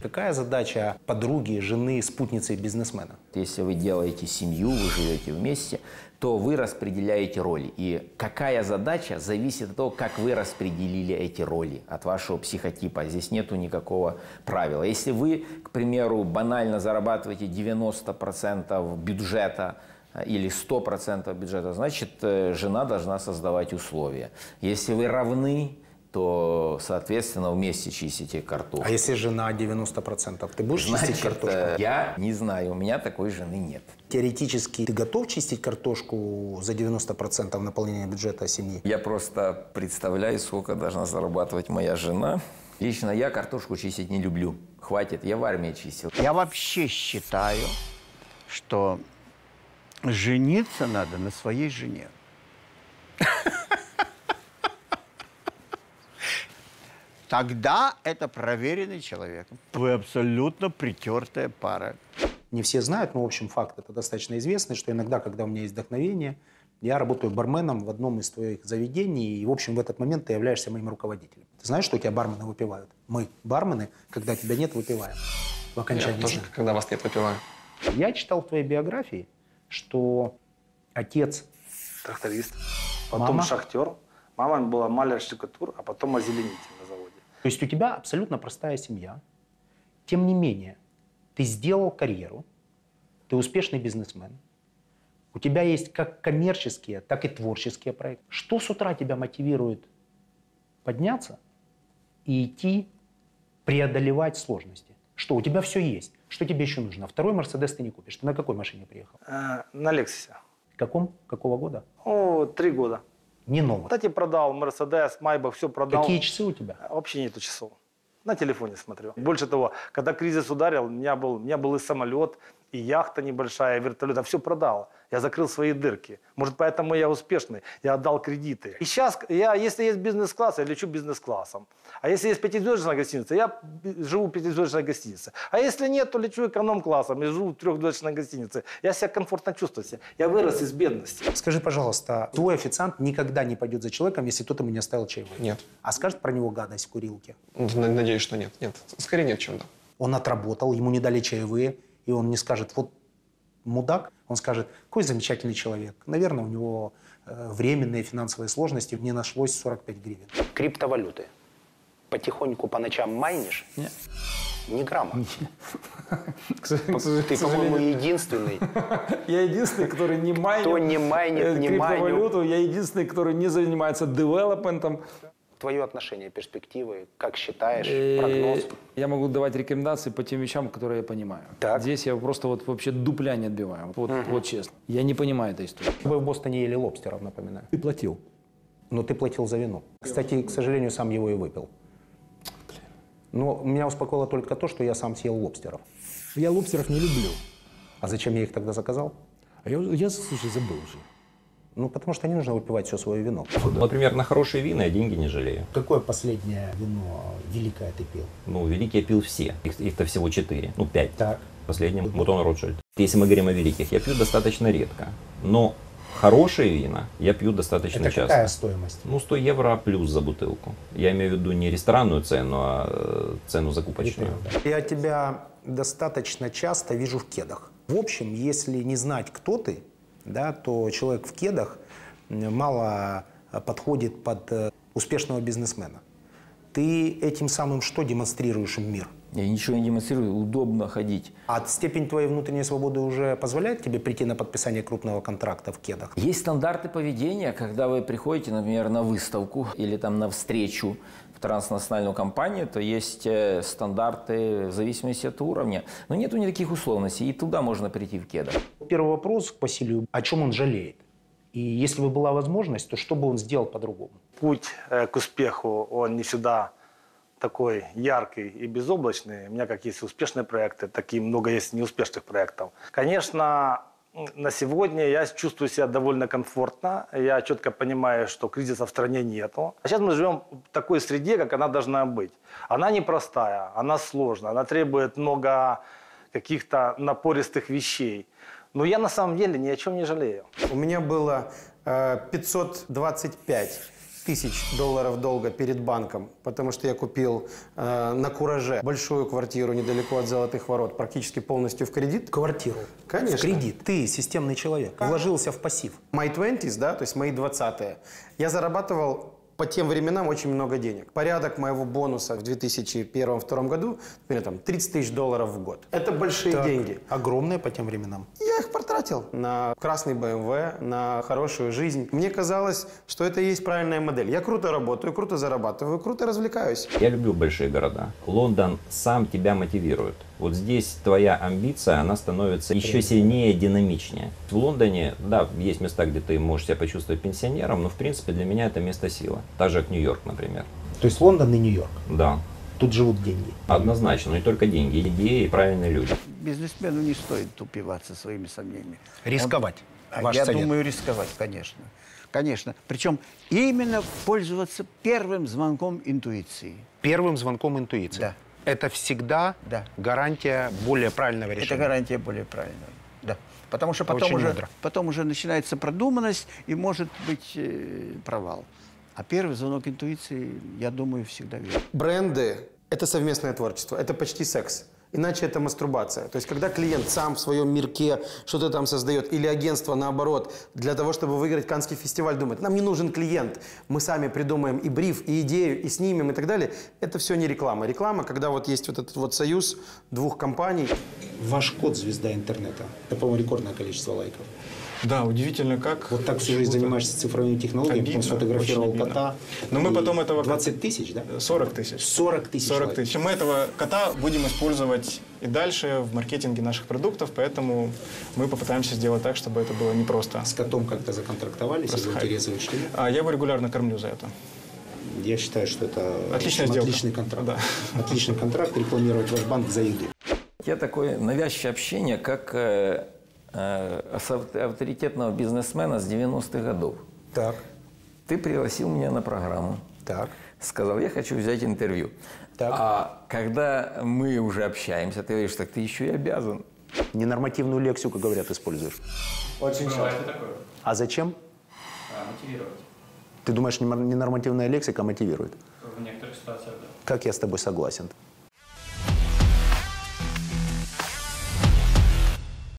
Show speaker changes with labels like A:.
A: Какая задача подруги, жены, спутницы бизнесмена?
B: Если вы делаете семью, вы живете вместе, то вы распределяете роли. И какая задача зависит от того, как вы распределили эти роли, от вашего психотипа. Здесь нету никакого правила. Если вы, к примеру, банально зарабатываете 90% бюджета, э, или 100% бюджета, значит, э, жена должна создавать условия. Если вы равны, то, соответственно, вместе чистите картошку.
A: А если жена 90%, ты будешь
B: Значит,
A: чистить картошку?
B: э, Я не знаю, у меня такой жены нет.
A: Теоретически ты готов чистить картошку за 90% наполнения бюджета семьи?
C: Я просто представляю, сколько должна зарабатывать моя жена.
B: Лично я картошку чистить не люблю. Хватит, я в армии чистил.
D: Я вообще считаю, что жениться надо на своей жене. Тогда это проверенный человек. Вы абсолютно притертая пара.
A: Не все знают, но в общем факт это достаточно известный, что иногда, когда у меня есть вдохновение, я работаю барменом в одном из твоих заведений, и, в общем, в этот момент ты являешься моим руководителем. Ты знаешь, что у тебя бармены выпивают? Мы, бармены, когда тебя нет, выпиваем. В
E: Я
A: окончании
E: тоже,
A: сна.
E: когда вас нет, выпиваю.
A: Я читал в твоей биографии, что отец
F: тракторист, потом
A: Мама?
F: шахтер. Мама была маляр штукатур, а потом озеленитель на заводе.
A: То есть у тебя абсолютно простая семья. Тем не менее, ты сделал карьеру, ты успешный бизнесмен, у тебя есть как коммерческие, так и творческие проекты. Что с утра тебя мотивирует подняться и идти преодолевать сложности? Что у тебя все есть? Что тебе еще нужно? А Второй Мерседес ты не купишь. Ты на какой машине приехал?
F: Э, на Лексусе.
A: Каком? Какого года?
F: О, три года.
A: Не новый.
F: Кстати, продал Мерседес, Майбах, все продал.
A: Какие часы у тебя?
F: А, Вообще нету часов. На телефоне смотрю. Больше того, когда кризис ударил, у меня был, у меня был и самолет, и яхта небольшая, и вертолет. Я все продал. Я закрыл свои дырки. Может, поэтому я успешный. Я отдал кредиты. И сейчас, я, если есть бизнес-класс, я лечу бизнес-классом. А если есть пятизвездочная гостиница, я б- живу в пятизвездочной гостинице. А если нет, то лечу эконом-классом и живу в трехзвездочной гостинице. Я себя комфортно чувствую. Я вырос из бедности.
A: Скажи, пожалуйста, твой официант никогда не пойдет за человеком, если тот ему не оставил чаевые?
E: Нет.
A: А скажет про него гадость в курилке?
E: Ну, на- Надеюсь, что нет. Нет. Скорее нет, чем да.
A: Он отработал, ему не дали чаевые, и он не скажет, вот мудак, он скажет, какой замечательный человек. Наверное, у него э, временные финансовые сложности, мне нашлось 45 гривен. Криптовалюты. Потихоньку по ночам майнишь?
C: Нет.
A: Ни грамма.
C: К с- к с- к сожалению.
A: единственный,
C: Я единственный, который не майнит. э,
A: майнит,
C: криптовалюту, я единственный, который не занимается девелопментом.
A: Твое отношение, перспективы, как считаешь,
C: Э, Я могу давать рекомендации по тем вещам, которые я понимаю.
A: Так.
C: Здесь я просто вот вообще дупля не отбиваю. Вот, вот честно. Я не понимаю этой истории.
A: Вы в Бостоне ели лобстеров, напоминаю.
C: Ты платил.
A: Но ты платил за вино. Кстати, к сожалению, сам его и выпил. Но меня успокоило только то, что я сам съел лобстеров.
G: Я лобстеров не люблю.
A: А зачем я их тогда заказал?
G: А я, я слушай, забыл уже.
A: Ну, потому что не нужно выпивать все свое вино.
H: Например, на хорошие вина я деньги не жалею.
A: Какое последнее вино э, великое ты пил?
H: Ну, великие пил все. Их- Их-то всего четыре, ну, пять.
A: Так.
H: Последним Мутон Ротшильд. Если мы говорим о великих, я пью достаточно редко. Но хорошие вина я пью достаточно
A: Это
H: часто.
A: какая стоимость?
H: Ну, 100 евро плюс за бутылку. Я имею в виду не ресторанную цену, а э, цену закупочную.
A: Я тебя достаточно часто вижу в кедах. В общем, если не знать, кто ты, да, то человек в кедах м, мало э, подходит под э, успешного бизнесмена. Ты этим самым что демонстрируешь им мир?
B: Я ничего не демонстрирую, удобно ходить.
A: А степень твоей внутренней свободы уже позволяет тебе прийти на подписание крупного контракта в кедах?
B: Есть стандарты поведения, когда вы приходите, например, на выставку или там на встречу в транснациональную компанию, то есть э, стандарты в зависимости от уровня. Но нет у них таких условностей, и туда можно прийти в кедах.
A: Первый вопрос к Василию. О чем он жалеет? И если бы была возможность, то что бы он сделал по-другому?
F: путь э, к успеху, он не всегда такой яркий и безоблачный. У меня как есть успешные проекты, так и много есть неуспешных проектов. Конечно, м, на сегодня я чувствую себя довольно комфортно. Я четко понимаю, что кризиса в стране нету. А сейчас мы живем в такой среде, как она должна быть. Она непростая, она сложная, она требует много каких-то напористых вещей. Но я на самом деле ни о чем не жалею.
I: У меня было э, 525 тысяч долларов долга перед банком, потому что я купил э, на кураже большую квартиру недалеко от Золотых Ворот, практически полностью в кредит.
A: Квартиру.
I: Конечно.
A: В кредит. Ты системный человек. Вложился в пассив.
I: My 20s, да, то есть мои 20-е, я зарабатывал по тем временам очень много денег. Порядок моего бонуса в 2001-2002 году, например, там 30 тысяч долларов в год. Это большие
A: Так,
I: деньги.
A: Огромные по тем временам.
I: Я их потратил на красный BMW, на хорошую жизнь. Мне казалось, что это и есть правильная модель. Я круто работаю, круто зарабатываю, круто развлекаюсь.
H: Я люблю большие города. Лондон сам тебя мотивирует. Вот здесь твоя амбиция, она становится еще сильнее, динамичнее. В Лондоне, да, есть места, где ты можешь себя почувствовать пенсионером, но в принципе для меня это место силы. Так же, как Нью-Йорк, например.
A: То есть Лондон и Нью-Йорк.
H: Да,
A: Тут живут деньги.
H: однозначно. Но не только деньги, идеи и правильные люди.
D: Бизнесмену не стоит тупиваться своими сомнениями.
A: Рисковать.
D: А
A: Ваш
D: Я
A: совет.
D: думаю, рисковать, конечно. Конечно. Причем именно пользоваться первым звонком интуиции.
A: Первым звонком интуиции.
D: Да.
A: Это всегда
D: Да.
A: гарантия более правильного решения.
D: Это гарантия более правильного. Да. Потому что
A: Очень
D: потом уже,
A: мудро.
D: потом уже начинается продуманность и может быть э, провал. А первый звонок интуиции, я думаю, всегда верен.
I: Бренды – это совместное творчество, это почти секс. Иначе это мастурбация. То есть, когда клиент сам в своем мирке что-то там создает, или агентство, наоборот, для того, чтобы выиграть Канский фестиваль, думает, нам не нужен клиент, мы сами придумаем и бриф, и идею, и снимем, и так далее, это все не реклама. Реклама, когда вот есть вот этот вот союз двух компаний,
G: Ваш код звезда интернета. Это, по-моему, рекордное количество лайков.
J: Да, удивительно, как...
G: Вот так всю жизнь
J: почему-то
G: занимаешься цифровыми технологиями,
J: Обидно,
G: потом сфотографировал
J: очень обидно.
G: кота.
J: Но мы
G: и
J: потом этого-
G: 20 тысяч, да?
J: 40 тысяч.
G: 40 тысяч
J: 40
G: лайков.
J: тысяч. Мы этого Э, кота будем использовать и дальше в маркетинге наших продуктов, поэтому мы попытаемся сделать так, чтобы это было непросто.
G: С котом как-то законтрактовались,
J: Просто
G: его
J: хайп.
G: интересы учли.
J: А я его регулярно кормлю за это.
G: Я считаю, что это
J: Отличная
G: в общем,
J: сделка.
G: отличный контракт.
J: Да.
G: Отличный контракт рекламировать ваш банк за еду.
B: У тебя такое навязчивое общение, как э, э, с авт- авторитетного бизнесмена с 90-х годов.
I: так,
B: Ты пригласил меня на программу.
I: так,
B: Сказал, я хочу взять интервью.
I: Так.
B: А когда мы уже общаемся, ты говоришь, так ты еще и обязан.
A: Ненормативную лексику, говорят, используешь.
I: очень часто.
A: А зачем? Ты думаешь, нем- ненормативная лексика мотивирует? В некоторых ситуациях, да. Как я с тобой согласен.